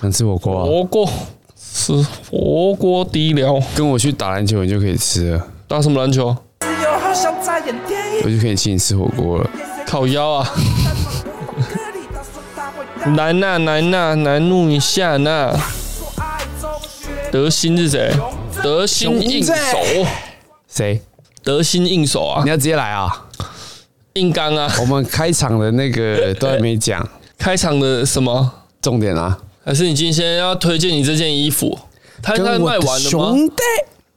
想吃火锅、啊，火锅吃火锅底料，跟我去打篮球，你就可以吃了，打什么篮球？自由好像眨眼电我影， 就可以请你吃火锅了。烤腰啊！但是我不可以，他说他会带难呐难呐难弄一下呐！我爱中学。得心是谁？得心应手，谁？得心应手啊你！要直接来 啊！硬刚啊！我们开场的那个都还没讲开场的什么？重点啊，还是你今天要推荐你这件衣服？它它跟我卖的完了吗？兄弟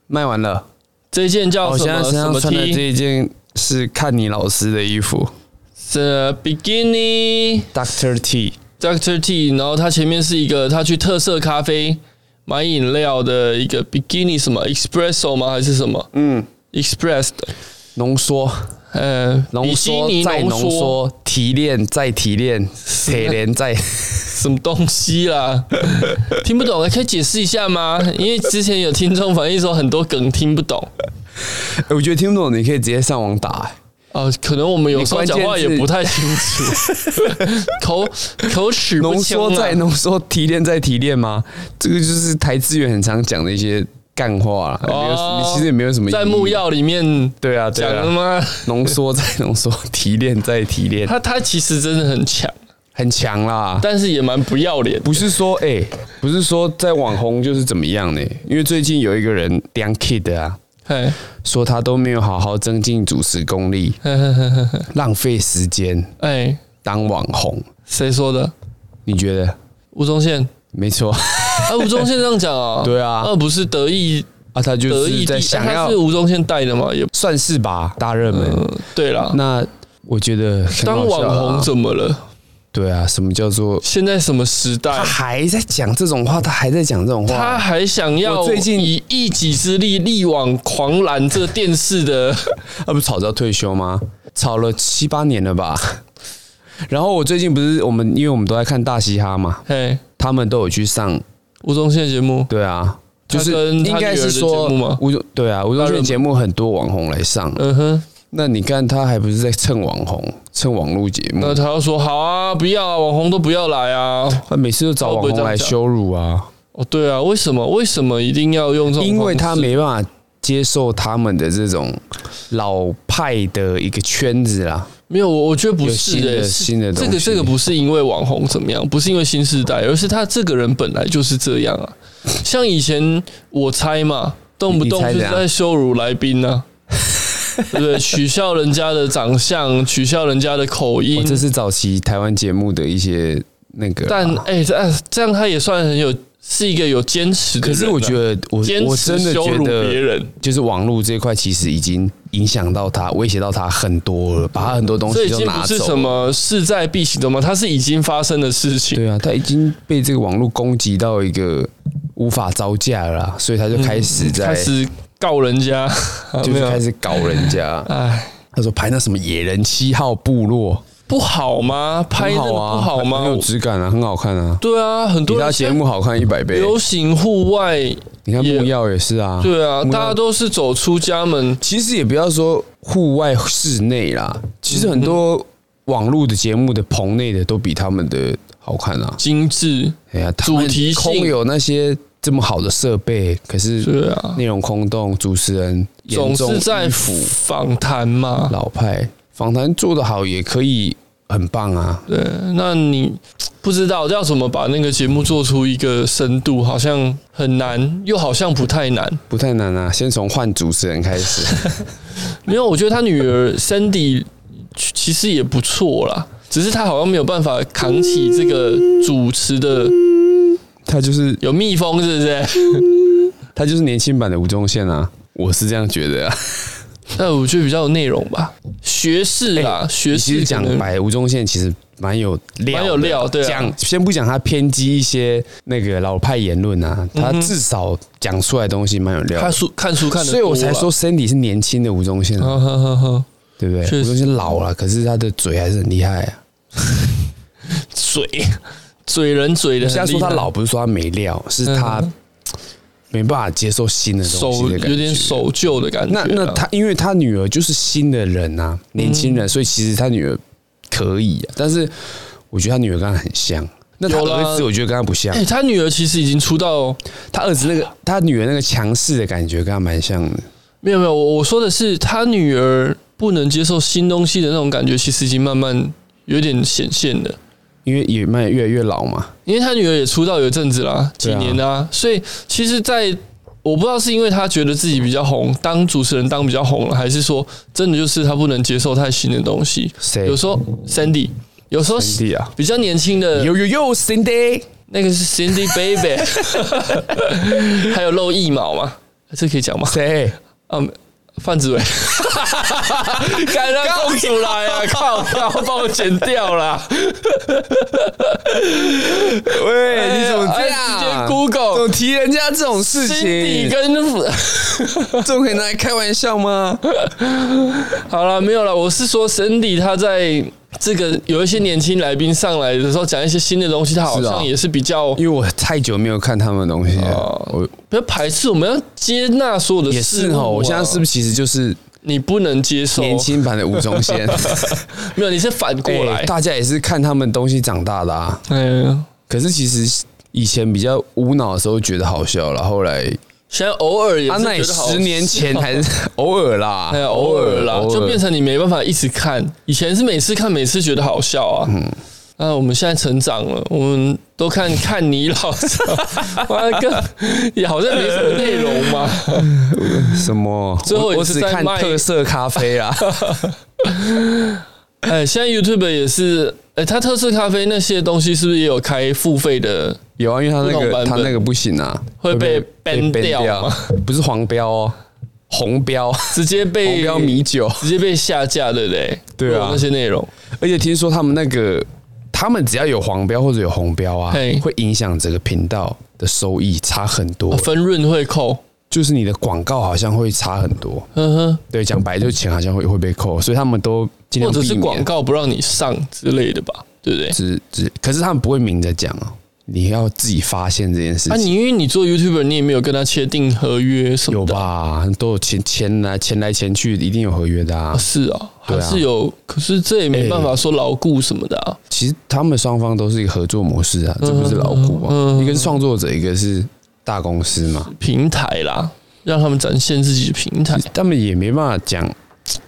卖完了。这件叫我哦哦什现在么身什上么穿的 T？这一件是看你老师的衣服这 Bikini ，Doctor T。 Doctor T，然后它前面是一个他去特色咖啡买饮料的一个 Bikini 什么 Espresso 吗？还是什么？嗯，Express 的，浓缩，呃，浓比基尼缩，再浓浓缩，缩，提炼，再提 炼，铁炼，再 什么东西啦？听不懂，可以解释一下吗？因为之前有听众反映说很多梗听不懂，欸我觉得听不懂，你可以直接上网打、欸哦，可能我们有时候讲话也不太清 楚，口口齿 不浓清缩再啊。浓缩，提炼再提炼吗？这个就是台资源很常讲的一些干话啦。没有什哦你其实也没有什么意义在木药里面对啊，对讲的啊，吗？浓缩再浓缩，提炼再提炼，他他其实真的很强，很强啦。但是也蛮不要脸。不是说哎、不是说在网红就是怎么样呢、因为最近有一个人 d a n Kid 啊，哎，说他都没有好好增进主持功 力，浪费时间哎，当网红，谁说的？你觉得？吴宗宪？没错啊，吴宗宪这样讲啊？ 对啊那不是德意啊，他就德是意在地，哎想他要是吴宗宪带的嘛？也算是吧，大热门。嗯，对啦。那我觉得很当好笑啊啦网红怎么了？对啊，什么叫做现在什么时代他？还在讲这种话，他还在讲这种他话，还想要我最近以一己之力力挽狂澜这电视 的，他不是吵着要退休吗？吵了七八年了吧。 然后我最近不是我们，因为我们都在看大嘻哈嘛，哎，他们都有去上，吴宗宪节目，对啊，就是他跟他应该是女儿的说节目吗吴宗对啊，吴宗大热宪门节目很多网红来上，嗯哼，那你看他还不是在蹭网红，蹭网络节目那，他要说好啊，不要啊，网红都不要来啊。他每次都找网他会不会这红样来讲羞辱啊。哦，对啊，为什么为什么一定要用这种方式？因为他没办法接受他们的这种老派的一个圈子啦。没有，我我觉得不有是新的欸是新的东这个这个西不是因为网红怎么样，不是因为新时代，而是他这个人本来就是这 样啊。像以前我猜嘛，动不你动猜就怎是样在羞辱来 宾呢、啊，对不对？取笑人家的 长相，取笑人家的口音哦，这是早期台湾节目的一些那个啦。啊但哎、这样这样他也算很有，是一个有坚持的可人啊、是我觉得，我坚我持真的羞觉辱别得，人，就是网络这一块其实已经影响到他，威胁到他很多了，把他很多东这西已都经拿不是走。什？么势在必行的吗？它是已经发生的事情。对啊，他已经被这个网络攻击到一个无法招架了啦，所以他就开始在、嗯开始告人家， 就没是有开始搞人 家。哎，他说拍那什么野人七号部落，不好吗？拍很那个好不啊，好吗？很有质感啊，很好看啊，对啊，很比多他人节目好看一百倍。流行户外，你看也木曜也是啊，对啊，木曜大家都是走出家门，其实也不要说户外室内啦，其实很嗯多网络的节目的棚内的都比他们的好看啊。精致，哎呀，他们主题性空有那些这么好的设备，可是对啊，内容空洞，主持人总严重是在迂腐访谈嘛。老派，访谈做得好也可以很棒啊。对，那你不知道要怎么把那个节目做出一个深度，好像很难，又好像不太难。不太难啊，先从换主持人开始。 没有，我觉得他女儿 Sandy 其实也不错啦，只是她好像没有办法扛起这个主持的。他就是有蜜蜂是不是？他就是年轻版的吴宗宪啊，我是这样觉 得啊。那我觉得比较有内容吧，学士啦，学哎其士实讲可能白，吴宗宪其实蛮有料的，蛮有料对啊讲先不讲他偏激一些那个老派言论啊，他嗯哼至少讲出来的东西蛮有料看的。书看书看的，啊所以我才说，Sandy 是年轻的吴宗宪、啊，呵呵呵呵，对不对？确实吴宗宪老了，可是他的嘴还是很厉害啊。 嘴嘴人嘴的，现在说他老，不是说他没料，是他嗯没办法接受新的东西手的感觉。有点守旧的感觉那啊。那他，因为他女儿就是新的人啊，年轻人，所以其实他女儿可以啊，但是我觉得他女儿跟他很像，那他有啦儿子我觉得跟他不像哎、，他女儿其实已经出道，他儿子那个他女儿那个强势的感觉跟他蛮像的。没有没有，我我说的是他女儿不能接受新东西的那种感觉，其实已经慢慢有点显现了。因为也慢越来越老嘛，因为他女儿也出道有一阵子啦，几对啊年啦、所以其实在，我不知道是因为他觉得自己比较红，当主持人当比较红了，还是说真的就是他不能接受太新的东西。谁有时候 Sandy，有时候 Cindy 啊比较年轻的有有有 Cindy，那个是 Cindy Baby，还有露腋毛嘛，这可以讲吗？谁？嗯，范子伟， 敢让公主来 啊！靠，不要帮我剪掉啦！喂，你怎么这哎直接样？ Google 总提人家这种事 ，Cindy 情，跟这种可以拿来开玩笑吗？ 好了，没有了。我是说，Cindy 他在这个有一些年轻来宾上来的时候，讲一些新的东西，他好是啊像也是比较因为我太久没有看他们的东西了哦，我不要排斥，我们要接纳所有的也事是物啊哦。我现在是不是其实就是你不能接受？年轻版的吴宗宪？没有，你是反 过来哎。大家也是看他们东西长大的啊。嗯，可是其实以前比较无脑的时候觉得好笑了，后来现在偶尔也是啊，那也觉得好十年前笑还是 偶尔 啦，哎，偶尔啦，偶就变成你没办法一直看。以前是每次看，每次觉得好笑啊。嗯。啊，我们现在成长了，我们都看看你 老师，哇，更也好像没什么内容嘛。 什么？最后我也我是只在看卖特色咖啡 啦，哎，现在 YouTube 也是，哎，它特色咖啡那些东西是不是也有开付费的？有啊，因为他那不同版个本他那个不行啊，会被 ban 被掉吗不是黄标哦，红标，直接红被标米酒。直接被下架，对不对？对啊有那些内容，而且听说他们那个，他们只要有黄标或者有红标啊嘿，啊会影响整个频道的收益差很多，分润会扣，就是你的广告好像会差很多。呵呵，对，讲白就是钱好像会会被扣，所以他们都尽或量者避是广免。告不让你上之类的吧，对不对？只只，可是他们不会明着讲哦，你要自己发现这件事啊，情。你因为你做 YouTuber，你也没有跟他签订合约什有么的。吧？都有钱钱来钱来钱去，一定有合约的啊啊。是啊，对还啊是有，可是这也没办法说牢固什么的啊。其实他们双方都是一个合作模式啊，这不是老嗯古啊，一个是创作者，一个是大公司嘛，平台啦，让他们展现自己的平台。啊他们也没办法讲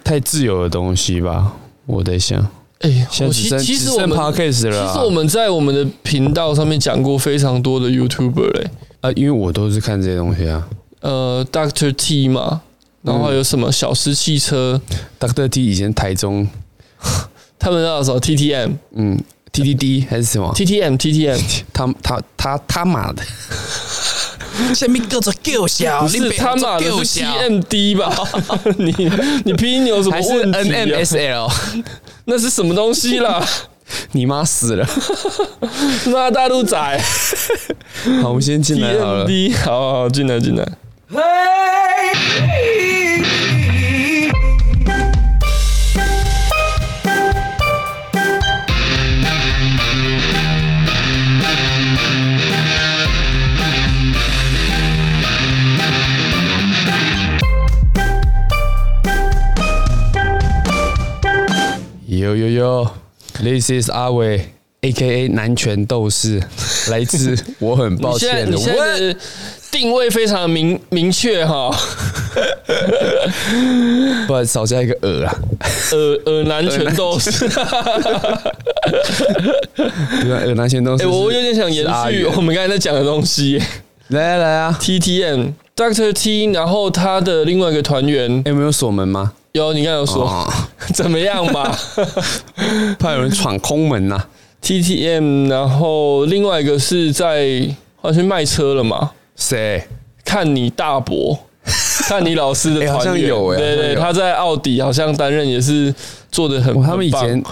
太自由的东西吧。我在想，哎、现我在只其剩其只实我剩们 podcast 了啊。其实我们在我们的频道上面讲过非常多的 YouTuber 嘞、啊，因为我都是看这些东西啊。呃，Doctor T 嘛，然后还有什么小狮汽车， Doctor T 以前台中，他们那什么 TTM、嗯，T T D 还是什么？ TTM、TTM，他他他他妈的！下面各种狗小不是他妈的是 TMD 吧？ 你你拼音有什么还是问题、啊？ N M S L？那是什么东 西啦？你妈死 了！那大陆仔好，我们先进来好了。 TMD，好好好进来进来。嘿，有有有，This is 阿伟，A K A 南拳斗 士，来自我很抱你现在歉的你现我。在的定位非常明明确 哈，不然少加一个耳啊， 耳耳男全都是。对吧耳南拳斗士 是。哎，我有点想延是阿续元我们刚才在讲的东西来啊来啊！ ，TTM。Doctor T，然后他的另外一个团员哎有没有锁门吗？有你刚才有说、哦， 怎么样嘛 怕有人闯空门啊呐、 ？TTM，然后另外一个是在好像去卖车了嘛？谁？看你 大伯，看你老师的哎好团像员，有哎对好像对，有他在奥迪好像担任也是做的很，哇他们以很棒前，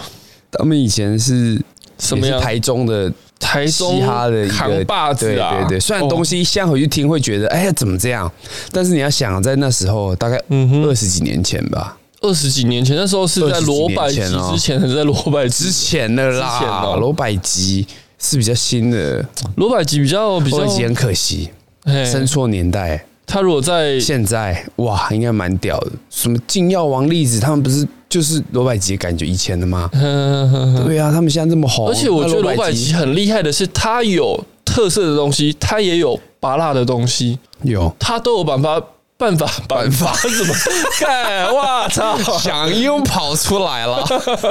他们以前是什么也样是？台中的台中嘻哈的一扛个把子啊，对对对。虽然哦东西现在回去听会觉得，哎呀怎么这样？但是你要想，啊在那时候大概二十几年前吧，二十几年前，那时候是在罗百吉二十几年前哦之前，还是在罗百吉之？前的之前啦哦，罗百吉是比较新的，罗百吉比较比罗较百，吉很可惜，嘿生错年代。他如果在现在哇，应该蛮屌的。什么禁药王粒子，他们不是就是罗百吉的感觉，以前的嘛。嗯哼哼对啊，他们现在这么红， 而且我觉得那罗百吉很厉害的是，他有特色的东西，他也有拔辣的东西，有他都有办法办法办 法怎么干？哇操！ 想又跑出来了，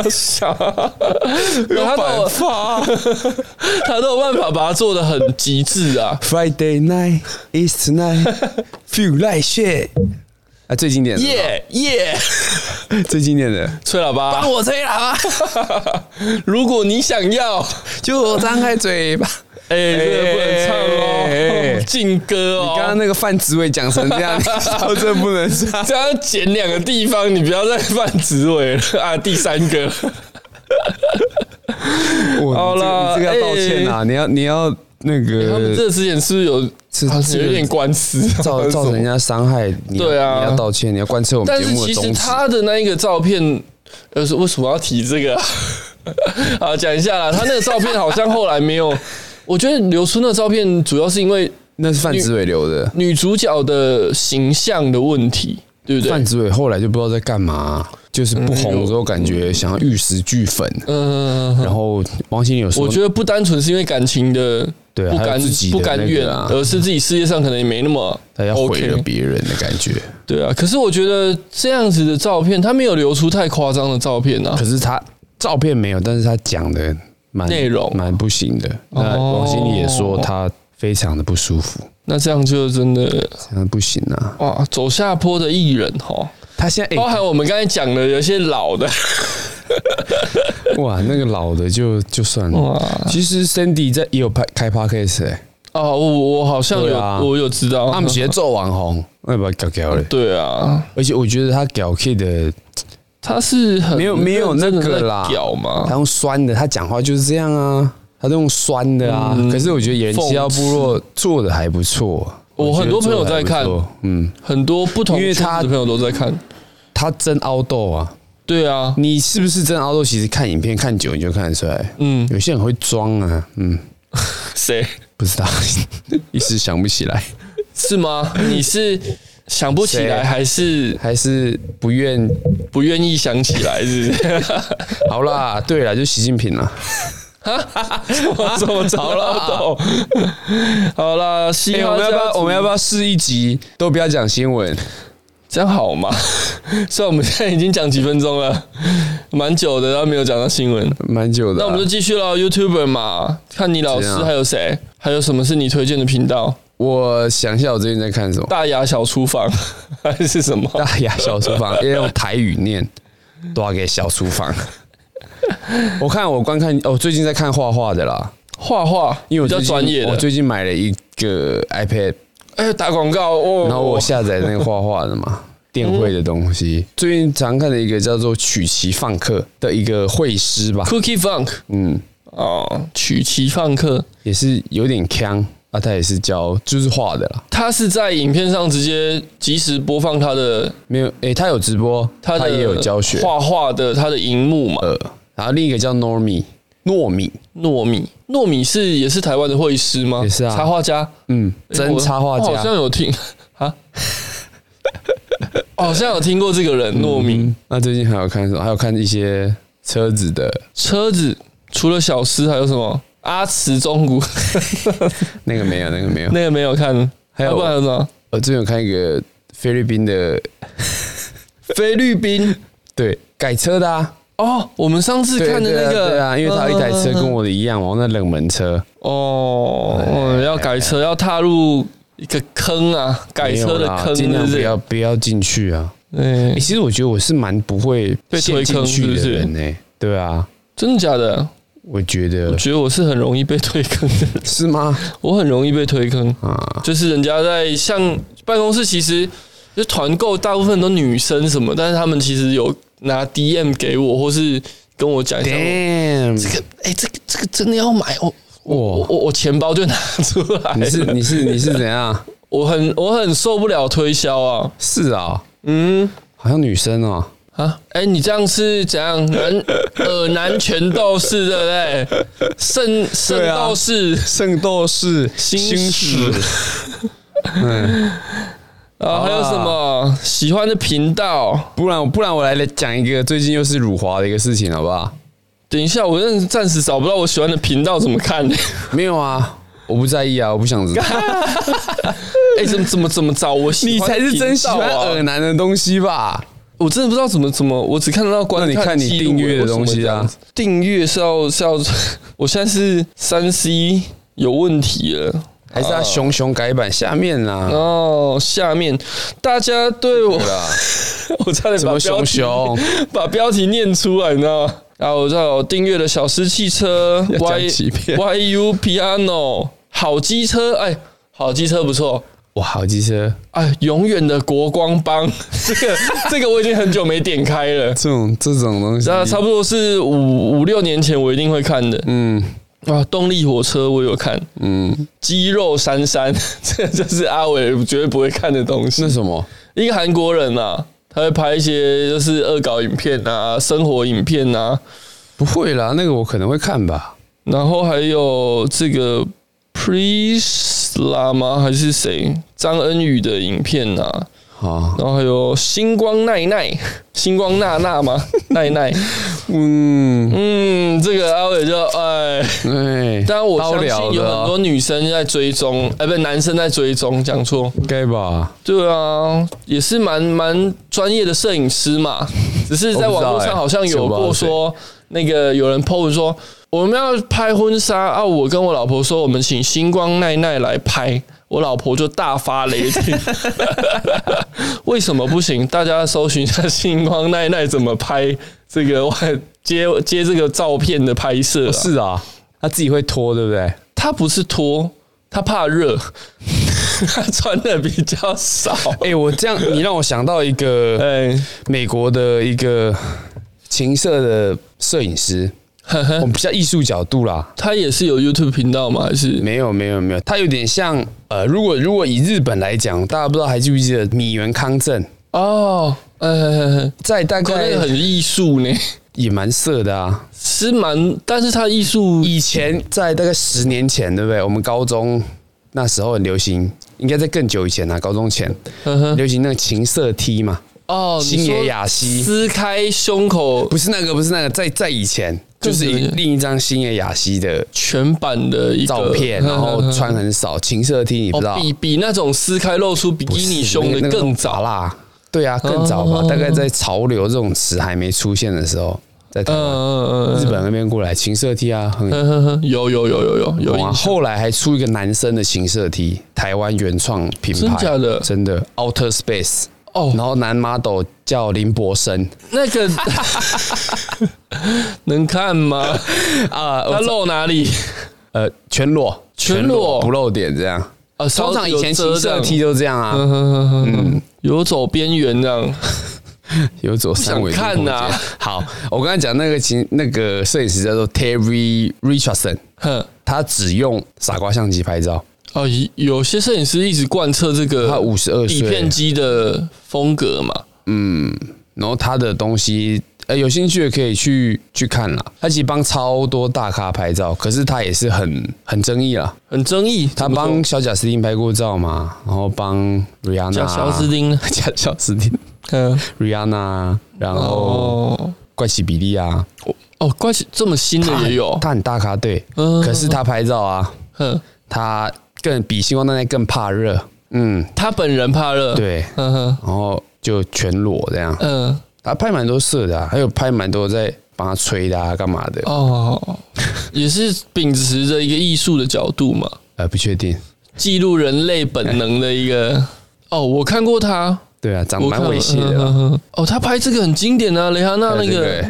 想，他都有法。他都有办法把它做的很极致啊！ Friday night is tonight, feel like shit。啊，最经典的耶耶，最经典的，吹喇叭！我吹喇叭， 如果你想要，就我张开嘴巴。哎、这个不能唱哎哦，禁歌你刚刚哦。那个范子伟讲成这 样，我真不能唱。这样剪两个地方，你不要再犯职位了啊！第三个， 我好啦哎你这个要道歉啊！你要你要那他们个这之前是不是有是好像是有点官司？啊造 造成人家伤害，你要对啊你要道歉，你要贯彻我们但节是目的其实宗旨。他的那一个照片，呃，是为什么要提这个、啊？ 好，讲一下啦，他那个照片好像后来没有，我觉得流出那个照片主要是因为那是范子伟留的，女主角的形象的问题，对不对范？子伟后来就不知道在干嘛、就是不红之后感觉想要玉石俱焚。嗯、然后王心凌有说，我觉得不单纯是因为感情的对啊不还有甘自己的不甘那愿个啊而是自己事业上可能也没那么大家毁 OK 了。别人的感觉。对啊，可是我觉得这样子的照片，他没有流出太夸张的照片啊 可。是他照片没有，但是他讲的蛮内容哦蛮不行的。那王心凌也说他非常的不舒服，那这样就真的真的不行啊。哇，走下坡的艺人哈，他现在、包哎含我们刚才讲的有些老的，哇，那个老的就就算了。哇其实 Sandy 在也有拍开 podcast 哎、哦，我我好像对有、啊我有知道，他们直接做网红，那把搞搞了。哦对啊，而且我觉得他搞 K 的，他是很没有没有那个啦屌他嘛，用酸的，他讲话就是这样啊，他都用酸的啊。嗯可是我觉得野人七幺部落做的还不错，我很多朋友在看我觉得做得还不错嗯，很多不同因为他圈子的朋友都在看，他真凹豆啊。对啊，你是不是真的凹豆？其实看影片看久你就看得出来。嗯，有些人会装啊，嗯，谁不知道， 一时想不起来，是吗？你是想不起谁来还是还是不愿。不愿意想起来？是不 是？好啦，对啦，就习近平啦。我怎么找到？好啦，希哎、望我们要不要？我们要不要要试一集？都不要讲新闻，这样好吗？ 虽然我们现在已经讲几分钟了，蛮久的，然后没有讲到新闻。蛮久的那啊、我们就继续喽，YouTuber 嘛，看你老师怎样还有谁，还有什么是你推荐的频道？我想一下，我最近在看什么？大牙小厨房 还是什么？大雅小厨房，要用台语念，多给小厨房。 我看我观看，哦，最近在看画画的啦，画画，因为我比较最近专业我的。最近买了一个 iPad，哎，打广告 哦。然后我下载那个画画的嘛，嗯电绘的东西。最近常看的一个叫做曲奇放克的一个绘师吧， Cookie Funk 嗯，哦，曲奇放克，也是有点腔啊，他也是教就是画的啦，他是在影片上直接及时播放他的没有诶、他有直播，他他的也有教学，画画的他的荧幕嘛。呃，然后另一个叫 Normie 糯米，糯米，糯米是也是台湾的绘师吗？也是啊插画家，嗯，真哎我插画我好像家。有听 啊，好像有听过这个人糯米。嗯，那最近还有看什么？还有看一些车子的车子除了小狮还有什么？阿慈中古那个没有，那个没有。 那个没有看，啊还有要不然有什么？我最近有看一个菲律宾的，菲律宾对，改车的啊，哦，我们上次对看的对那啊个嗯对啊，因为他有一台车跟我的哎一样，我那冷门车，哦，嗯要改车，要踏入一个坑啊，改车没有的啦坑，尽量是不是要不要进去啊。哎欸，其实我觉得我是蛮不会被陷推进坑去是不的是人呢、对啊，真的假的？我觉得我觉得我是很容易被推坑的人，是吗？我很容易被推坑，啊，就是人家在像办公室，其实就团购大部分都女生什么，但是他们其实有拿 DM 给我，或是跟我讲一下我 damn，这个，哎、这个这个真的要买我。我哇，我我钱包就拿出来你，是你是你是怎样？ 我很我很受不了推销啊，是啊、嗯好像女生哦、啊，哎、你这样是怎样男呃男权斗士对不对？圣圣对啊斗士，圣斗士星矢星矢嗯，啊，还有什么喜欢的频道？不然不然我来来讲一个最近又是辱华的一个事情，好不好？等一下，我认暂时找不到我喜欢的频道，怎么看？没有啊，我不在意啊，我不想知道。哎、怎么怎么怎么找我喜欢？啊你才是真喜欢呃耳，男的东西吧？我真的不知道怎么怎么，我只看得到观那你看你记录哎订阅的东西啊。为什么这样子订阅是要是要，我现在是三 C 有问题了。还是他熊熊改版下面然啊？后下面大家对我， 我差点把什么标熊题熊？ 把标题念出来，你知道吗？然后我知道我订阅了小狮汽车要 Y 讲几遍 Y U Piano 好机车，哎，好机车不错，哇，好机车！哎，永远的国光帮， 这个这个我已经很久没点开了，这种这种东西，那差不多是五五六年前我一定会看的嗯啊，动力火车我有看，嗯，肌肉珊珊， 这个就是阿伟绝对不会看的东西那，什么？一个韩国人啊。他会拍一些就是恶搞影片啊、生活影片啊，不会啦，那个我可能会看吧。然后还有这个 Prisla 吗？还是谁？张恩宇的影片呐、啊，啊，然后还有星光奈奈、 星光娜娜吗？ 奈奈，嗯，嗯，这个阿伟就哎，哎，当然我高相聊信有的很啊多女生在追踪，哎，不，男生在追踪，讲错，应该吧？对啊，也是蛮蛮专业的摄影师 嘛，只哎 是啊在网络上好像有过说，那个有人 po 文说我们要拍婚纱啊，我跟我老婆说我们请星光奈奈来拍，我老婆就大发雷霆，为什么不行？大家搜寻一下星光奈奈怎么拍这个我接接这个照片的拍 摄、啊，是啊，他自己会脱，对不对？她不是脱，她怕热， 她穿的比较少，哎，我这样，你让我想到一个 哎、 美国的一个情色的摄影师，呵呵我们比较艺术角度啦。他也是有 YouTube 频道吗？还是没有没有没有，他有点像呃，如果如果以日本来讲，大家不知道还记不记得米原康正，哦，呃，在大可概能很艺术呢，也蛮色的啊。是蛮，但是他艺术以前在大概十年前，对不对？我们高中那时候很流行，应该在更久以前啊，高中前呵呵流行那个情色 T 嘛，哦，星野雅你说西撕开胸口不是那个，不是那个，在在以前更就是一久以前另一张星野雅西的全版的一个嗯照片，然后穿很少，情色 T 你不知道哦，，比比那种撕开露出比基尼胸的更杂早，啦，对啊，更早吧，哦大概在潮流这种词还没出现的时候，在台嗯湾、嗯嗯日本那边过来情色 T 啊，很嗯呵呵，有有有有有有哇，印象，后来还出一个男生的情色 T，台湾原创品牌，真假的真的 Outer Space。哦然后男 model 叫林柏生那个能看吗？啊，他我露哪里？呃，全裸，全裸不露点这样。啊，通常以前情色 T 的，都这样啊，嗯，游走边缘这样。游走三维度空不想看啊间呐。好，我刚才讲那个情那个摄影师叫做 Terry Richardson，哼，他只用傻瓜相机拍照，哦，有有些摄影师一直贯彻这个他52岁底片机的风格嘛。然后他的东西，呃，有兴趣的可以去去看啦。他其实帮超多大咖拍照，可是他也是很很争议啦。很争议，他怎么帮说小贾斯汀拍过照嘛，然后帮 Rihanna、贾乔斯 汀呢，贾小斯汀、哦嗯， Rihanna，然后哦怪奇比利啊，哦，关系这么新的也有，他很大咖对，嗯可是他拍照啊，嗯，他更比星光大道更怕热，嗯，他本人怕热，，对，嗯哼，然后就全裸这样，嗯，他拍蛮多色的、啊，还有拍蛮多在帮他吹的啊，干嘛的，哦，也是秉持着一个艺术的角度嘛，呃，不确定。记录人类哎本能的一个。哦，我看过他，对啊，长得我蛮看猥亵的啦。嗯嗯嗯哦，他拍这个很经典啊，蕾哈娜那个对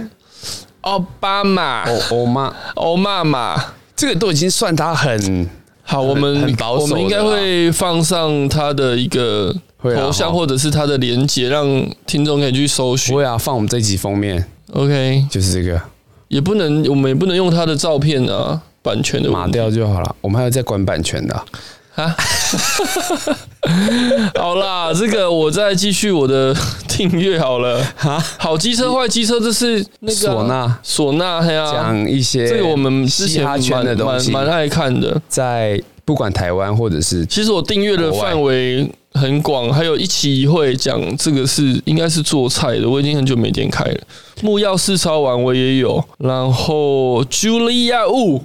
奥巴马，欧欧哦妈，欧妈妈。这个都已经算他很好，我们很保守我们应该的啦会放上他的一个会啊头像哈或者是他的连接，让听众可以去搜不寻。会啊。放我们这集封面 OK，就是这个，也不能，我们也不能用他的照片啊，版权的码问题。掉就好了。我们还有在管版权的啊、好啦，这个我再继续我的 订阅好了。好机车坏机车，这是那个唢啊呐唢呐，嘿啊，讲一些这个我们之嘻前哈蛮圈的东蛮西，蛮爱看的。在不管台湾或者是其实我订阅的范围很广，还有一期一会讲这个是应该是做菜的，我已经很久没点开了。木曜四超玩我也有，然后 Julia Wu，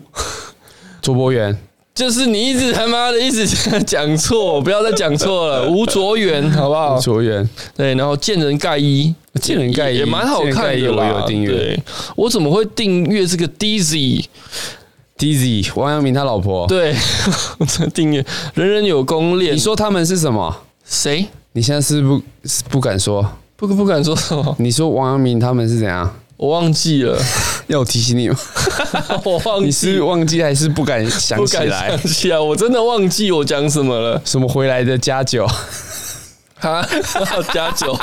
卓博源，就是你一直他妈的一直讲错，不要再讲错了。吴卓源好 不好？卓哎源，对，然后见人盖一，见人盖伊哦也蛮好看见的人盖伊啦。我有订阅对，我怎么会订阅这个 DZ？ Dizzy 王阳明他老婆，，对， 我才订阅人人有攻略。你说他们是什么？谁？你现在是不是不敢说？不不敢说什么，你说王阳明他们是怎样？我忘记了，要我提醒你吗？ 我忘记你是忘记还是不敢想不起敢来想？起来，我真的忘记我讲什 么了。什么回来的家酒？哈，加酒、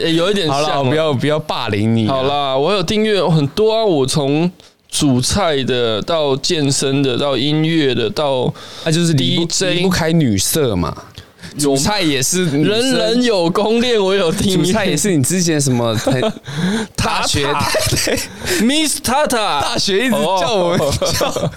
欸有一点好像 了，哦。不要不要霸凌你。啊好，啦，我有订阅很多啊，我从煮菜的到健身的到音乐的到那啊就是离不 DJ 离不开女色嘛。有煮菜也是女人生人有功练，我有订煮阅。菜也 是你之前什 么很大学 Miss Tata 大大学一直叫 我们哦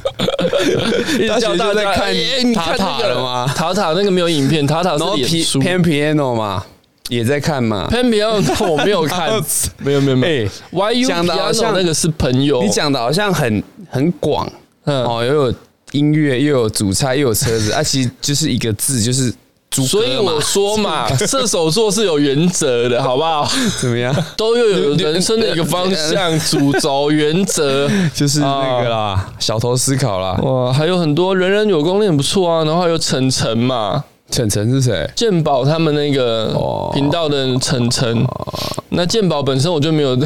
一直叫大学就大家在看哎你塔看塔了吗塔塔那个没有影片，塔塔是然后脸 P 书。 Pan Piano 嘛，也在看嘛。 Pan Piano 我没有看，没有没有没有哎。 YU 讲得好 Piano 像那个是朋友，你讲的好像很很广嗯哦，又有音乐，又有煮菜，又有车子，啊，其实就是一个字，就是猪哥嘛。所以我说嘛，射手座是有原则的，好不好？怎 么样？都要有人生的一个方向、主轴、原则。就是那个啦，小头思考啦。哇，还有很多人人有功，练不错啊。然后还有晨晨嘛，晨晨是谁？鉴宝他们那个哦频道的晨晨。那鉴宝本身我就没有，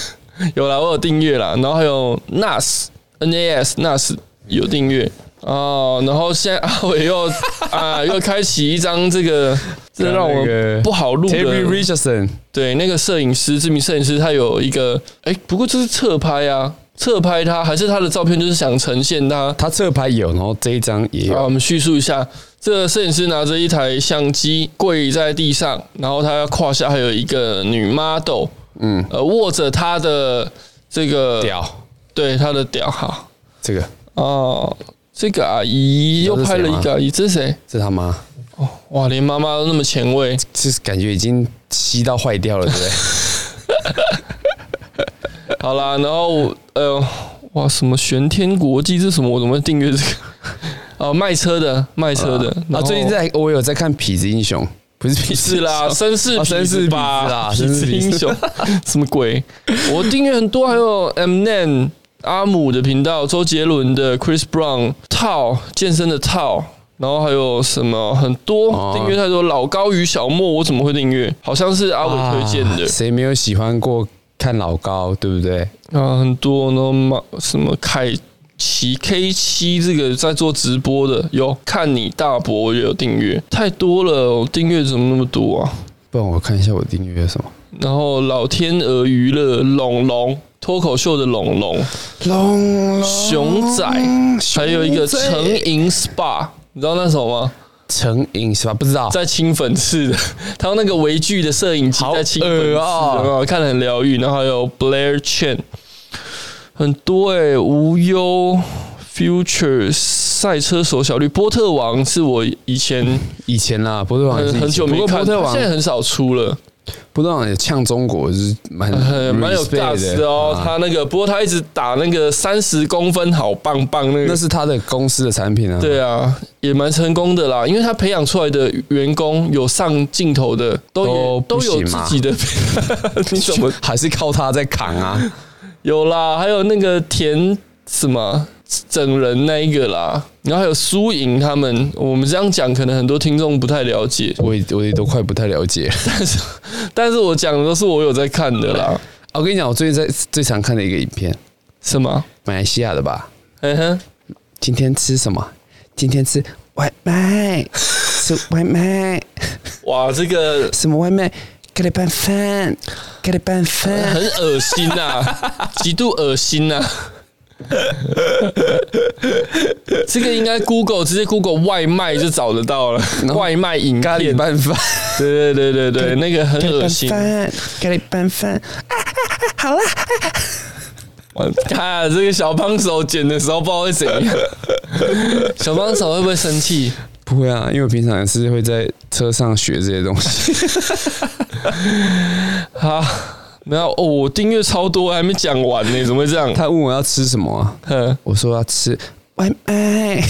有啦，我有订阅啦。然后还有 Nas N A S Nas 有订阅。哦，然后现在 阿伟又啊又开启一张这 个，这让那我个不好录的 Terry Richardson 对，那个摄影师，知名摄影师，他有一个，哎、不过这是侧拍啊，侧拍他还是他的照片，就是想呈现他。他侧拍有，然后这一张也啊，有。我们叙述一下，这个摄影师拿着一台相机跪在地上，然后他胯下还有一个女 model，嗯，呃，握着他的这个，屌，对，他的屌，好，这个哦、这个阿姨又知道拍是谁了一个阿姨，这是谁？这他妈，哇，连妈妈都那么 前卫，这感觉已经吸到坏掉了，对不对？好啦，然后我呃，哇，什么玄天国际这是什么？我怎么会订阅这个？哦，卖车的，卖车 的。然啊，后最近在我有在看《痞子英雄》，不是痞是子啦，绅士 哦痞绅士子吧，痞子啦绅痞 士子痞子英雄，什么 鬼？我订阅很多，还有 M Nan 阿姆的频道，周杰伦的 Chris Brown 套健身的套。然后还有什么很多哦订阅太多，老高与小莫我怎么会订阅？好像是阿伟推荐的啊谁没有喜欢过看老高，对不对？啊，很多然后嘛，什么凯奇 K 七这个在做直播的，有看你大伯我也有订阅，太多了，我订阅怎么那么多啊？不然我看一下我订阅什么。然后老天鹅娱乐、龙龙脱口秀的龙龙、龙熊仔，还有一个成瘾 SPA，你知道那什么吗？成瘾是吧？不知道，在清粉刺的， 他用那个微距的摄影机好在清粉刺，恶哦有没有看得很疗愈。然后还有 Blair Chen，很多哎、无忧 Future 赛车手小绿波特王是我以前以前啦，波特王也是以很前很久没不过看，波特他现在王，很少出了，波特王也呛中国，就是蛮很 蛮有 respect guts 的哦。啊他那个不过他一直打那个三十公分好棒棒那那个。是他的公司的产品啊。对啊，也蛮成功的啦，因为他培养出来的员工有上镜头的，都有都都不有行自嘛己的。 你 怎么还是靠他在扛啊？有啦，还有那个田什么整人那一个啦，然后还有苏莹他们，我们这样讲可能很多听众不太了解， 我也我也都快不太了解。但是我讲的都是我有在看的啦，啊我跟你讲，我最近在最常看的一个影片，是吗？马来西亚的吧？嗯哼，今天吃什么？今天吃外 卖，吃外卖，哇，这个什么外卖？咖喱拌饭，咖喱拌饭。很恶心呐、 极度恶心啊呐、这个应该 Google 直接 Google 外卖就找得到了，外卖影咖喱片，拌饭，对对对对对，那个很恶心。饭，咖喱拌饭，看这个小帮手剪的时候，不知道会怎样。小帮手会不会生气？不会啊，因为我平常也是会在车上学这些东 西。啊，没有哦，我订阅超多，还没讲完呢，怎么会这样？他问我要吃什么啊，嗯，我说要吃外卖，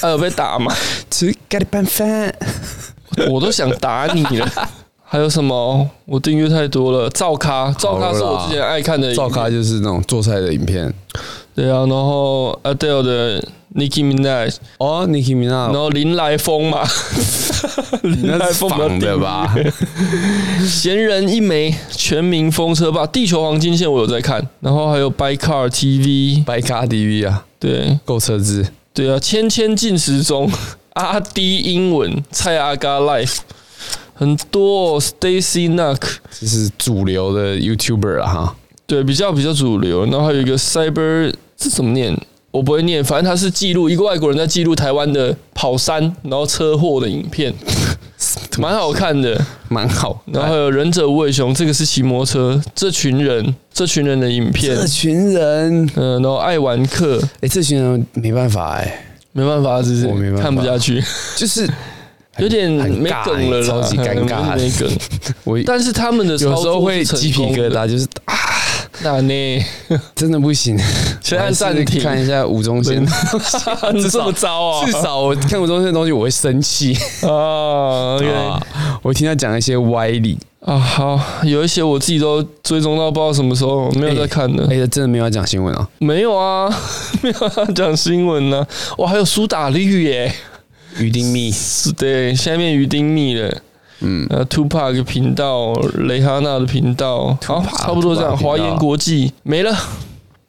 他呃有被打吗？吃咖喱拌饭。 我都想打你 了。还有什么？我订阅太多了，赵咖，赵咖是我之前爱看的影片，照咖就是那种做菜的影片。对啊，然后 Adele 的 Nicki Minaj，哦，Nicki 然 Minaj，后林来疯嘛， 林那来是疯比较仿的低吧？闲人一枚，全民风车吧，地球黄金线我有在看，然后还有 By Car TV，白咖 DV 啊，对购车制。对啊，千千进时钟， 阿 D 英文，蔡阿嘎 Life，很多、哦、Stacy Nuck，这是主流的 YouTuber 啊哈。对，比较比较主流，然后还有一个 Cyber，这怎么念？我不会念，反正它是记录一个外国人在记录台湾的跑山，然后车祸的影片，蛮好看的。蛮好。然后还有忍者无尾熊，这个是骑摩托车，这群人，这群人的影片这，群人，嗯、然后爱玩客，哎、这群人没办法哎、没办法，只是我没办法看不下 去，就是 有点很没尬欸梗了啦，超级尴尬 没梗。我有但是他们的时候会鸡皮疙瘩，瘩，就是啊，那 呢？真的不 行。先按暂停我还是看一下吴宗 宪，这么糟 啊？至少我看吴宗宪的东西我会生气 啊，OK 啊， 我听他讲一些歪理，啊，好，有一些我自己都追踪到不知道什么时候，没有在看的哎、。真的没有要讲新闻啊，没有啊， 没有啊讲新闻呢、哇，还有苏打绿耶，于丁密是的，下面鱼丁蜜了。嗯，呃，Tupac 频道、蕾哈娜的频道，好，差不多这样。 Tupac 频道华研国际没了，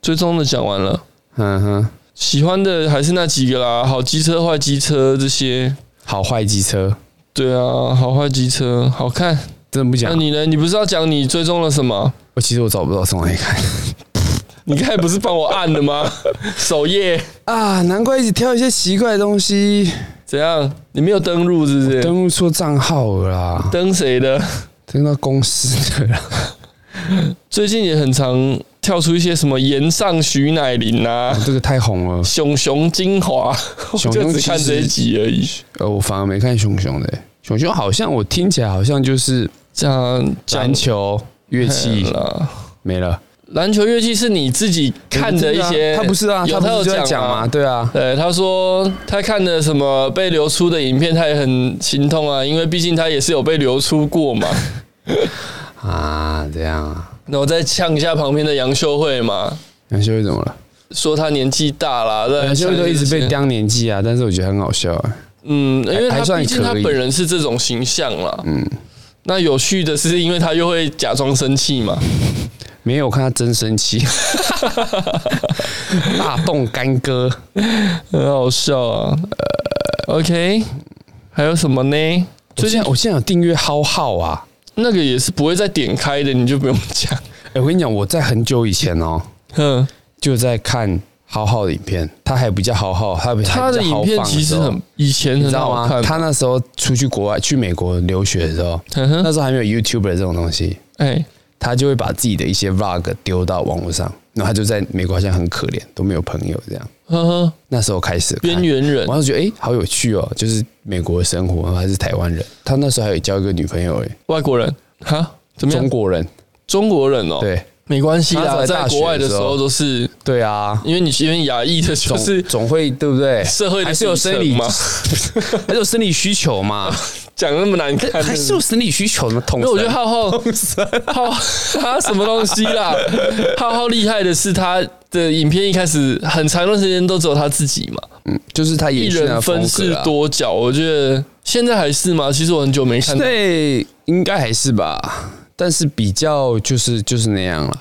最终的讲完了。 嗯哼，喜欢的还是那几个啦，好机车、坏机车这些。好坏机车，对啊，好坏机车好看。真的不那讲。你呢？你不是要讲你追踪了什么？我其实我找不到从哪里看 你刚才不是帮我按的吗？首页啊，难怪一直挑一些奇怪的东西，怎样？你没有登录是不是？登录错账号了啦，登谁的？登到公司的啦。 最近也很常跳出一些什么岩上徐乃麟 啊啊、这个太红了，熊熊精华， 我熊就熊只看这一集而已。呃，我反而没看熊熊的、熊熊好像我听起来好像就是这样篮讲球、乐器了。没了，篮球乐器是你自己看的一些，他不是啊，有他他不有是就在讲啊嘛，。对啊，对，他说他看的什么被流出的影片，他也很心痛啊，因为毕竟他也是有被流出 过嘛。啊，这样啊，那我再呛一下旁边的杨秀慧嘛，杨秀慧怎么了？说她年纪大啦，对杨秀慧都一直被呛当年纪啊，但是我觉得很好笑、啊。嗯，因为还她算毕竟她可以本人是这种形象啦。嗯，那有趣的是，因为她又会假装生气嘛，没有我看他真生 气，大动干戈，很好笑啊。呃，OK，还有什么呢？最最近近我现在有订阅浩浩啊，那个也是不会再点开的，你就不用讲。 哎、我跟你讲，我在很久以前哦，嗯，就在看浩浩的影片，他还比较浩浩，他还比较他的影片豪放其实时候很以前你很知道好吗？看，他那时候出去国外去美国留学的时候，嗯哼那时候还没有 YouTuber 这种东西，哎他就会把自己的一些 Vlog 丢到网络上，然后他就在美国好像很可怜，都没有朋友这样。呵呵，那时候开始看边，缘人我那时候觉得哎、诶好有趣哦，就是美国的生活，然后还是台湾人。他那时候还有交一个女朋友诶、外国人哈，怎么样中？国人，中国人哦，，对没关系啦，他在在大学国外的时候的时候都是对啊，因为你因为亚裔的就总是总会对不对？社会的还是有生理底层嘛， 还是有生理需求 嘛，讲那么难看，还是有生理需求的痛因神。为我觉得浩浩 浩他什么东西啦？ 浩浩厉害的是他的影片一开始很长一段时间都只有他自己嘛，就是他一演人分饰多。多角。我觉得现在还是吗？其实我很久没看到，对，应该还是吧，但是比较就是就是那样了。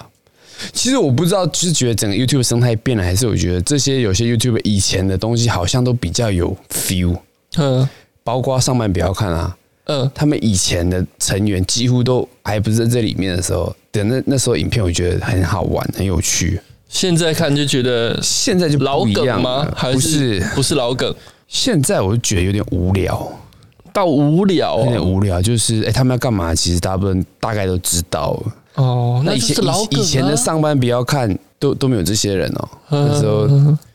其实我不知道，就是觉得整个 YouTube 生态变了，还是我觉得这些有些 YouTube 以前的东西好像都比较有 feel，嗯包括上半不要看啊，嗯，他们以前的成员几乎都还不是在这里面的时候，等那那时候影片我觉得很好玩，很有趣。现在看就觉得现在就老不一样梗吗了？还不是？是不是老梗？现在我就觉得有点无聊，到无聊有点哦，无聊，就是哎、他们要干嘛？其实大部分大概都知道了。哦，那那以就前是老以梗啊以前的上班不要看，都嗯都没有这些人哦、那时候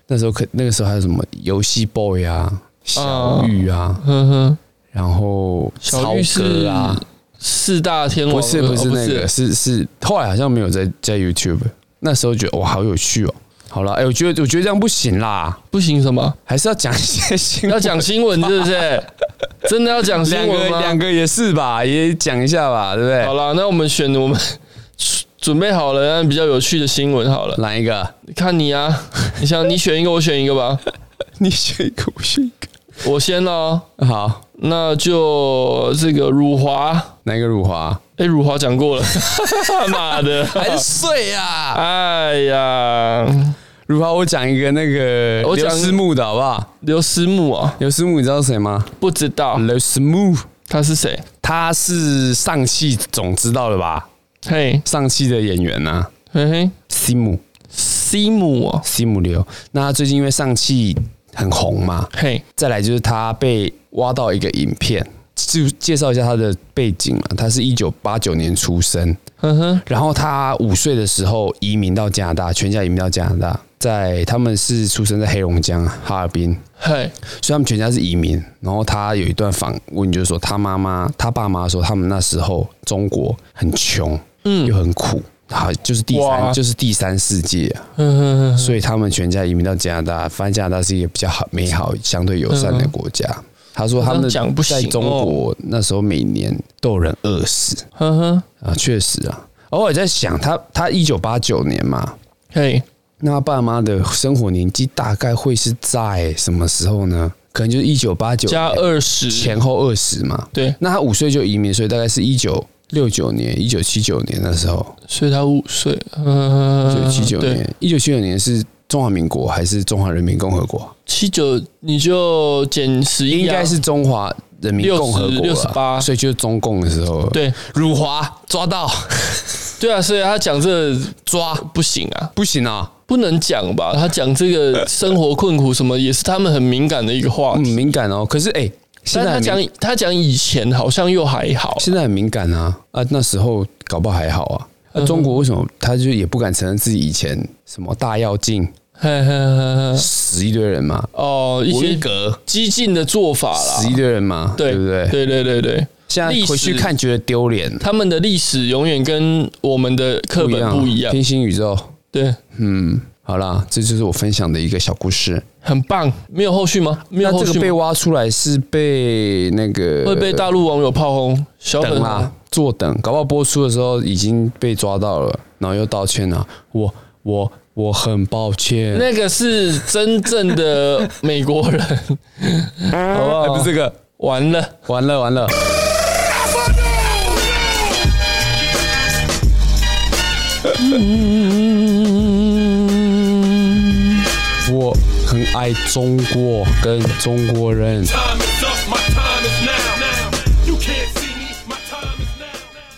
那时候可那个时候还有什么游戏 boy 啊，小玉啊，呵呵，然后小曹玉是格啊，四大天王不的，是不是哦那个，是是后来好像没有在在 YouTube，那时候觉得哇好有趣哦。好了，哎、我觉得我觉得这样不行啦，不行什么？还是要讲一些新闻要讲新闻是 不是？真的要讲新两闻个 吗？两个也是吧，也讲一下吧，对不好对？了，那我们选我们 准备好了比较有趣的新闻好了，哪一个？看你啊，你想你选一个，我选一个 吧，你选一个，我选一我先喽。个。好，那就这个辱华，哪一个辱华？哎、辱华讲过了， 妈的，还是睡啊！哎呀，辱华，我讲一个那个我讲刘思慕的好不好？刘思慕啊，刘思慕，你知道谁吗？不知道刘思慕，他是谁？他是上汽总知道了吧？嘿，上汽的演员呐、啊，嘿嘿，西姆西姆哦，西姆刘。那他最近因为上汽很红嘛，嘿，再来就是他被挖到一个影片，就介绍一下他的背景嘛。他是一九八九年出生，呵呵，然后他五岁的时候移民到加拿大，全家移民到加拿大，在他们是出生在黑龙江哈尔滨，嘿，所以他们全家是移民。然后他有一段访问，就是说他妈妈、他爸妈说他们那时候中国很穷，嗯，又很苦，好就是第哇嗯三就是第三世界、啊，呵呵呵，所以他们全家移民到加拿大，发现加拿大是一个比较好、美好、相对友善的国家。嗯他说他这们样讲不行在中国那时候每年都有人饿死呵呵，啊，确实啊。偶尔在想，他他一九八九年嘛，嘿，那他爸妈的生活年纪大概会是在什么时候呢？可能就是一九八九加二十，前后二十嘛。对，那他五岁就移民，所以大概是一九六九年、一九七九年那时候，所以他五岁，嗯，一九七九对年，一九七九年是中华民国还是中华人民共和国？七九，你就减十一，啊应该是中华人民共和国60 68了，所以就是中共的时候。，对辱华抓到 对啊，所以他讲这个抓不行啊，不行啊，不能讲吧？他讲这个生活困苦什么，也是他们很敏感的一个话嗯，题。敏感哦。可是哎、现但在他很敏讲他讲以前好像又还好，现在很敏感啊啊，那时候搞不好还好啊。嗯啊、哼中国为什么他就也不敢承认自己以前什么大跃进嘿嘿嘿嘿死一堆人嘛，哦，一些革激进的做法啦死一，堆人嘛，对对不对？对对对对，现在回去看觉得丢脸，他们的历史永远跟我们的课本不一样，啊平行宇宙，对，嗯，好啦，这就是我分享的一个小故事。很棒。没有后续吗？没有那后这续个被吗挖出来是被那个会被大陆啊网友炮轰，小等啊粉啦，坐等，搞不好播出的时候已经被抓到了，然后又道歉了。我我我很抱歉，那个是真正的美国人， 好不好？哎不是这个，完了，完了完了，嗯嗯我很爱中国跟中国人。 Time is up, my time is now. You can't see me, my time is now.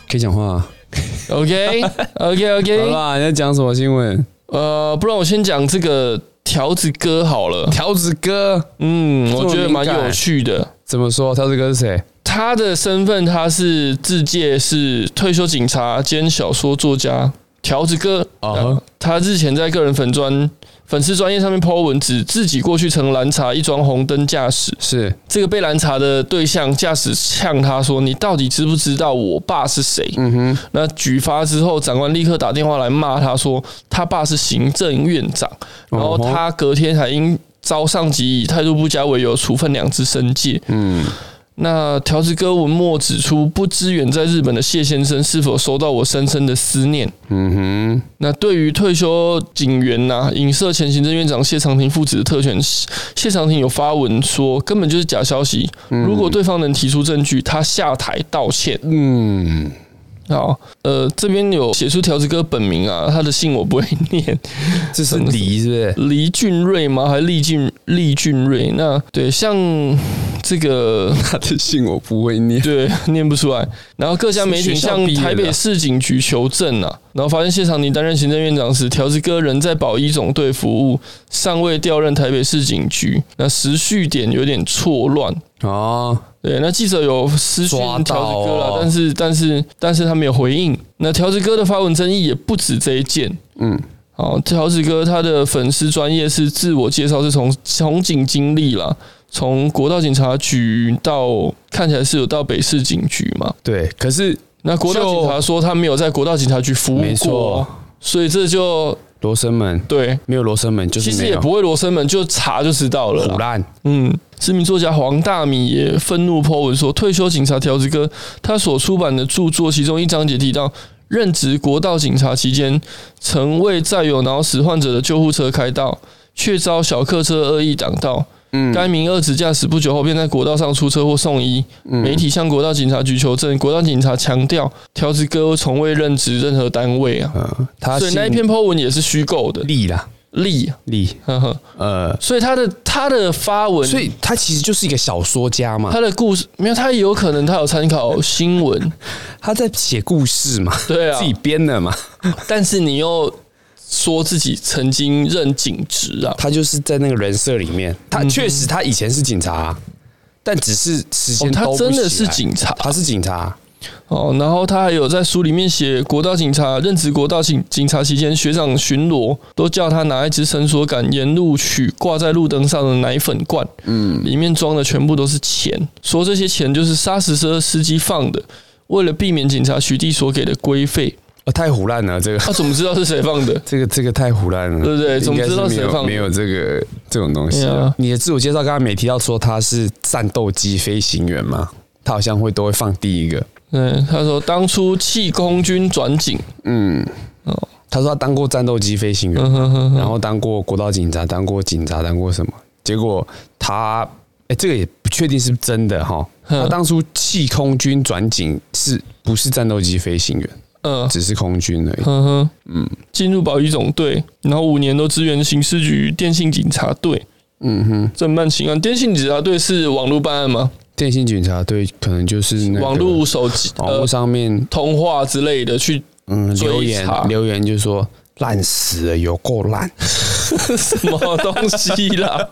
可以讲话、啊， OK OK 好 OK，啦，你在讲什么新闻？呃，不然我先讲这个条子哥好了。条子哥嗯，我觉得蛮这么敏有感趣的。怎么说？条子哥是谁？他的身份他是自介是退休警察兼小说作家条子哥。啊呃他日前在个人粉专粉丝专业上面 po 文，指自己过去曾拦查一桩红灯驾驶，是这个被拦查的对象驾驶呛他说：“你到底知不知道我爸是谁？”嗯哼。那举发之后，长官立刻打电话来骂他说：“他爸是行政院长。”然后哦吼他隔天还因遭上级以态度不佳为由处分两次申诫。嗯。那条子哥文末指出，不知远在日本的谢先生是否收到我深深的思念。嗯那对于退休警员呐、影射前行政院长谢长廷父子的特权，谢长廷有发文说，根本就是假消息。如果对方能提出证据，他下台道歉。哼，嗯，好，呃，这边有写出条子哥本名啊，他的姓我不会念， 这是梨是不是？黎俊瑞吗？还是厉俊厉俊瑞？那对，像这个他的信我不会念。对， 念不出来。然后各家媒体是学校向毕业的啊台北市警局求证啊，然后发现谢长廷担任行政院长时，条子哥仍在保一总队服务，尚未调任台北市警局。那时序点有点错乱。哦，对，那记者有私讯抓条子到哥了，哦但是但是但是他没有回应。那条子哥的发文争议也不止这一件，嗯，哦，条子哥他的粉丝专业是自我介绍是从从警经历啦，从国道警察局到看起来是有到北市警局嘛？对，可是那国道警察说他没有在国道警察局服务没过错啊，所以这就罗生门对，没有罗生门，就是其实没也有不会罗生门，就查就知道了啦腐烂，嗯，知名作家黄大米也愤怒 po 文说，退休警察条子哥他所出版的著作，其中一章节提到，任职国道警察期间，曾为载有脑死患者的救护车开道，却遭小客车恶意挡道。嗯该名二职驾驶不久后便在国道上出车祸送医。嗯媒体向国道警察局求证，国道警察强调，条子哥从未任职任何单位啊，嗯，他所以那一姓篇 po 文也是虚构的，力啦力啊，力，呵呵。呃，所以他的他的发文，所以他其实就是一个小说家嘛，他的故事没有，他也有可能他有参考新闻，他在写故事嘛，对啊自己编的 嘛，但是你又说自己曾经任警职啊，他就是在那个人设里面，嗯他确实他以前是警察、但只是时哦间、，他真的是警察他是警察，哦，然后他还有在书里面写国道警察任职国道警警察期间，学长巡逻都叫他拿一支伸缩杆沿路取挂在路灯上的奶粉罐，嗯，里面装的全部都是钱，说这些钱就是砂石车司机放的，为了避免警察取缔所给的规费，哦，太胡乱了，这个他、怎么知道是谁放的？这个这个太胡乱了，对不对应该是总知道谁没有放的没有这个这种东西、对啊你的自我介绍刚刚没提到说他是战斗机飞行员吗？他好像会都会放第一个。对，嗯他说当初弃空军转警，他说他当过战斗机飞行员，嗯哼哼然后当过国道警察，当过警察，当过什么？结果他，哎、这个也不确定是不是真的哈。嗯他啊当初弃空军转警，是不是战斗机飞行员？嗯只是空军而已。哼哼，嗯，进入保育总队，然后五年都支援刑事局电信警察队，嗯哼，侦办刑案。电信警察队是网络办案吗？电信警察队可能就是、那个网络手机网络呃上面，通话之类的去嗯，追留言查留言就说烂死了，有够烂，什么东西啦？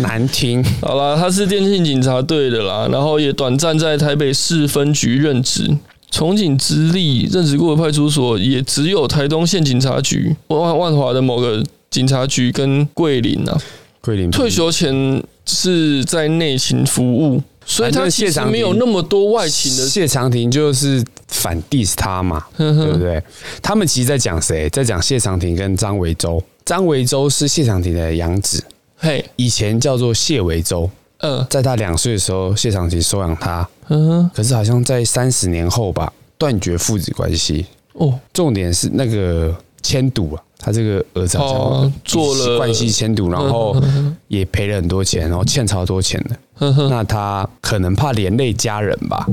难听。好啦，他是电信警察队的啦，然后也短暂在台北市分局任职。从警资历，任职过的派出所也只有台东县警察局、万万华的某个警察局跟桂林啊。桂林退休前是在内勤服务，所以他其实没有那么多外勤的。谢长廷就是反 diss 他嘛，呵对不呵，对？他们其实在讲谁？在讲谢长廷跟张维洲。张维洲是谢长廷的养子，嘿，以前叫做谢维洲。嗯在他两岁的时候，谢长廷收养他，嗯哼，可是好像在三十年后吧，断绝父子关系。哦，重点是那个迁赌啊，他这个儿子好像哦做了嗯习惯性迁赌，然后也赔了很多钱，然后欠超多钱的。呵呵，那他可能怕连累家人吧，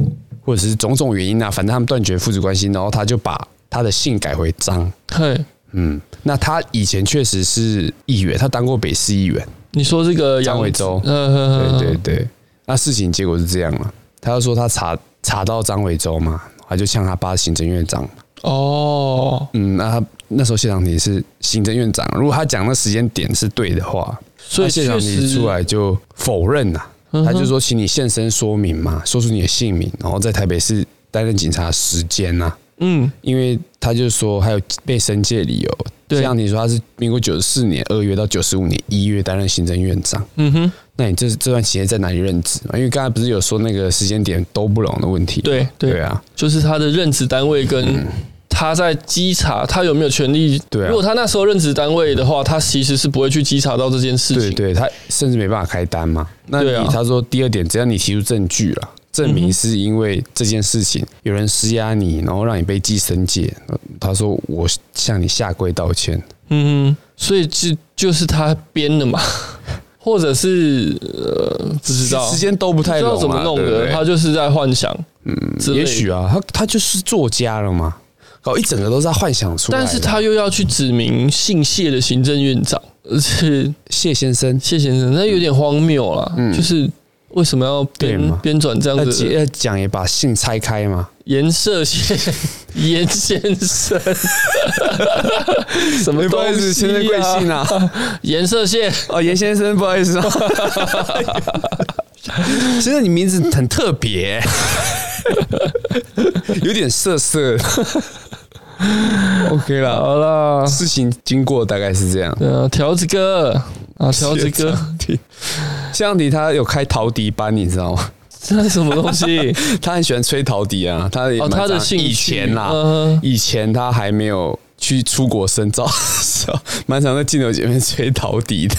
或者是种种原因啊，反正他们断绝父子关系，然后他就把他的姓改回张。嘿，嗯，那他以前确实是议员，他当过北市议员。你说这个张杨维洲嗯呵呵，对呵对，对，那事情结果是这样了，他就说他查查到张伟洲嘛，他就呛他爸行政院长。哦，嗯，那他那时候谢长廷是行政院长，如果他讲的时间点是对的话，所以那谢确长廷实出来就否认了、嗯哼他就说请你现身说明嘛，说出你的姓名，然后在台北市担任警察时间啊呐、嗯，因为他就说还有被申诫理由。对像你说他是民国九十四年二月到九十五年一月担任行政院长，嗯哼，那你这这段期间在哪里任职嘛？因为刚才不是有说那个时间点都不拢的问题？对对对啊，嗯就是他的任职单位跟他在稽查他有没有权利。对啊如果他那时候任职单位的话，他其实是不会去稽查到这件事对情。对，他甚至没办法开单嘛。那你、对啊他说第二点，只要你提出证据了，证明是因为这件事情有人施压你，然后让你被寄生戒。他说我向你下跪道歉。嗯，所以这就是他编的嘛， 或者是呃，不知道时间都不太不知道拢怎么嘛弄对不的，对他就是在幻想，嗯，也许啊，他他就是作家了嘛，搞一整个都是他幻想出来的。但是他又要去指明姓谢的行政院长，而且谢先生谢先生，那有点荒谬啦，就是为什么要嗯对编嘛编转这要样解子？要呃讲也把信拆开嘛，颜色先颜先生， 什么不好东意思，西先生贵姓啊？啊？颜色线， 哦，严先生，不好意思啊。先生，你名字很 特别，有点涩涩。 OK 了，好啦，事情经过大概是这样。对啊，条子哥啊，条子 谢哥，长廷，谢长廷他有开陶笛班，你知道吗？这是什么东西？ 他很喜欢吹陶笛啊，他也哦蛮他的常兴趣以前啦、嗯哼以前他还没有去出国深造的时候，蛮常在镜头前面吹陶笛的。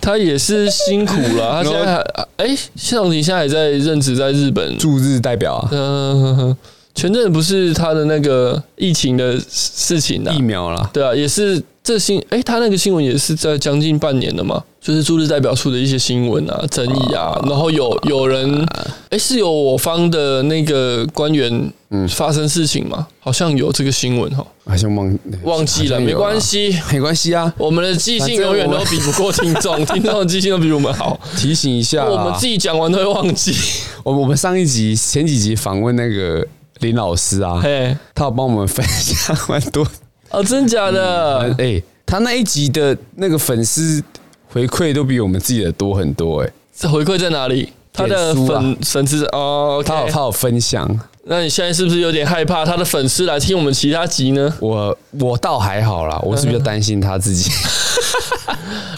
他也是辛苦了，他现在还哎，谢长廷现在还在任职在日本，驻日代表啊，嗯，前阵子不是他的那个疫情的事情啊疫，苗啦，对啊，也是这新哎，他那个新闻也是在将近半年了嘛，就是驻日代表处的一些新闻啊、争议啊，然后有有人啊哎是有我方的那个官员嗯发生事情嘛，好像有这个新闻哈，好像忘忘记了，没关，系。好像有啊没关系啊，我们的记性永远都比不过听众，听众的记性都比我们好。提醒一下啦。啊我们自己讲完都会忘记。我我们上一集前几集访问那个林老师啊，嘿，他有帮我们分享蛮 多，哦，真假哎、的？他那一集的那个粉丝回馈都比我们自己的多很多、哎，这回馈在哪里？他的脸书啊粉粉丝哦，他有他有分享，那你现在是不是有点害怕他的粉丝来听我们其他集呢？我我倒还好啦，我是比较担心他自己。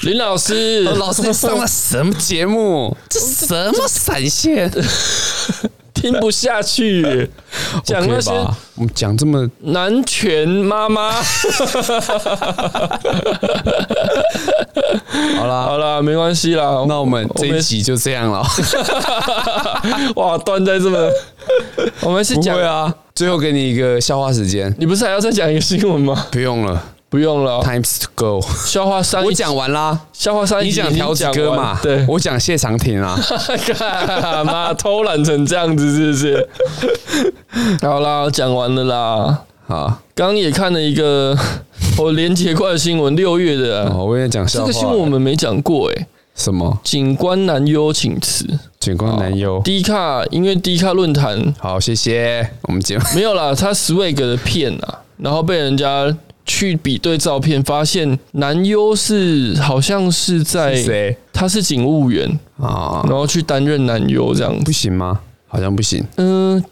林老师， 老师，你上了什么节目？这什么闪现？听不下去， 讲那 OK 些吧，我们讲这么男权妈 妈。好啦，好啦，没关系啦。那我们这我一们集就这样 了。哇，断在这 么，我们是不讲会，啊，最后给你一个笑话时间，你不是还要再讲一个新闻吗？不用了不用了， ，Times to go。消化三，我讲完啦，消化三，你讲条子哥嘛？对，我讲谢长廷 啊。 干嘛偷懒成这样子，是不 是？好啦，讲完了啦。好，刚也看了一个 我连结怪的新闻，六月的啊、哦我也讲这笑话。个新闻我们没讲过诶、什么？警官男优请辞，警官男优。低卡因为低卡论坛好，谢谢。我们节目没有啦，他 swag 的片啊，然后被人家去比对照片，发现男优是好像是在谁他是警务员，啊？然后去担任男优这样子不。行吗？好像不行。嗯、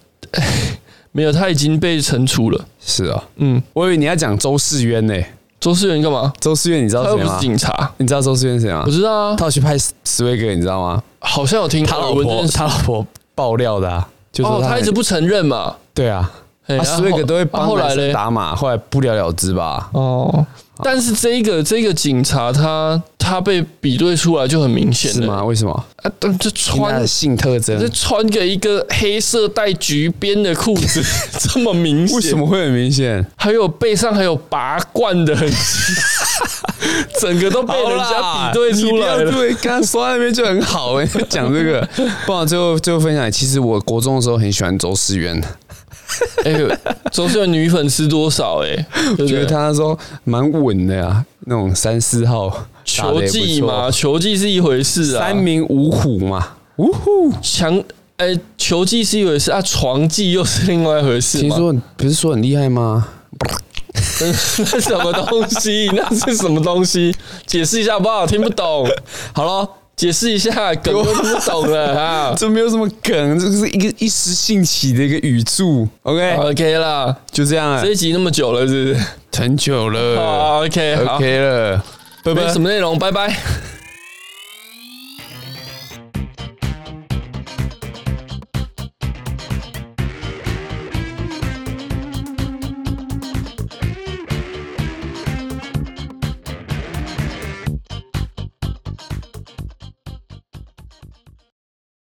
没有，他已经被惩处了。是啊，嗯，我以为你要讲周世渊呢。周世元干嘛？周世渊，你知他道又谁不是吗？警察，你知道周世渊谁吗我？知道啊他，有去拍史威格，你知道吗？好像有听他老耳闻这婆，件事他老婆爆料的、啊，就说哦，他一直不承认嘛。对啊，嘿他然后史威格都会啊帮后来男生嘞打码，后来不了了之吧？哦，但是这一个这个警察他他被比对出来就很明显是了吗？为什么？啊，但这因为他穿的性特征这穿个一个黑色带橘边的裤 子，这么明显，为什么会很明显？还有背上还有拔罐的痕迹， 整个都被人家比对出来了。对，刚刚说到那边就很好哎、讲这个，不然最后最后分享，其实我国中的时候很喜欢周世渊，哎、呦，周秀女粉丝多少、欸？哎，对不我对觉得他那时候蛮稳的啊，那种三四号打球得也不技错嘛，，球技是一回事啊，三名五虎嘛，呜呼。强哎、球技是一回事啊，床技又是另外一回事听嘛。说不是说很厉害吗？那 什么东西？那是什么东西？ 解释一下好不好？听不 懂。好咯，解释一下，梗都听不懂 了啊。这没有什么梗，这是一个一时兴起的一个语助。OK， OK 啦，就这样了这，一集那 么久了，是不是？很久了好，OK，好， ，OK 了，拜没拜什。么内容，拜拜。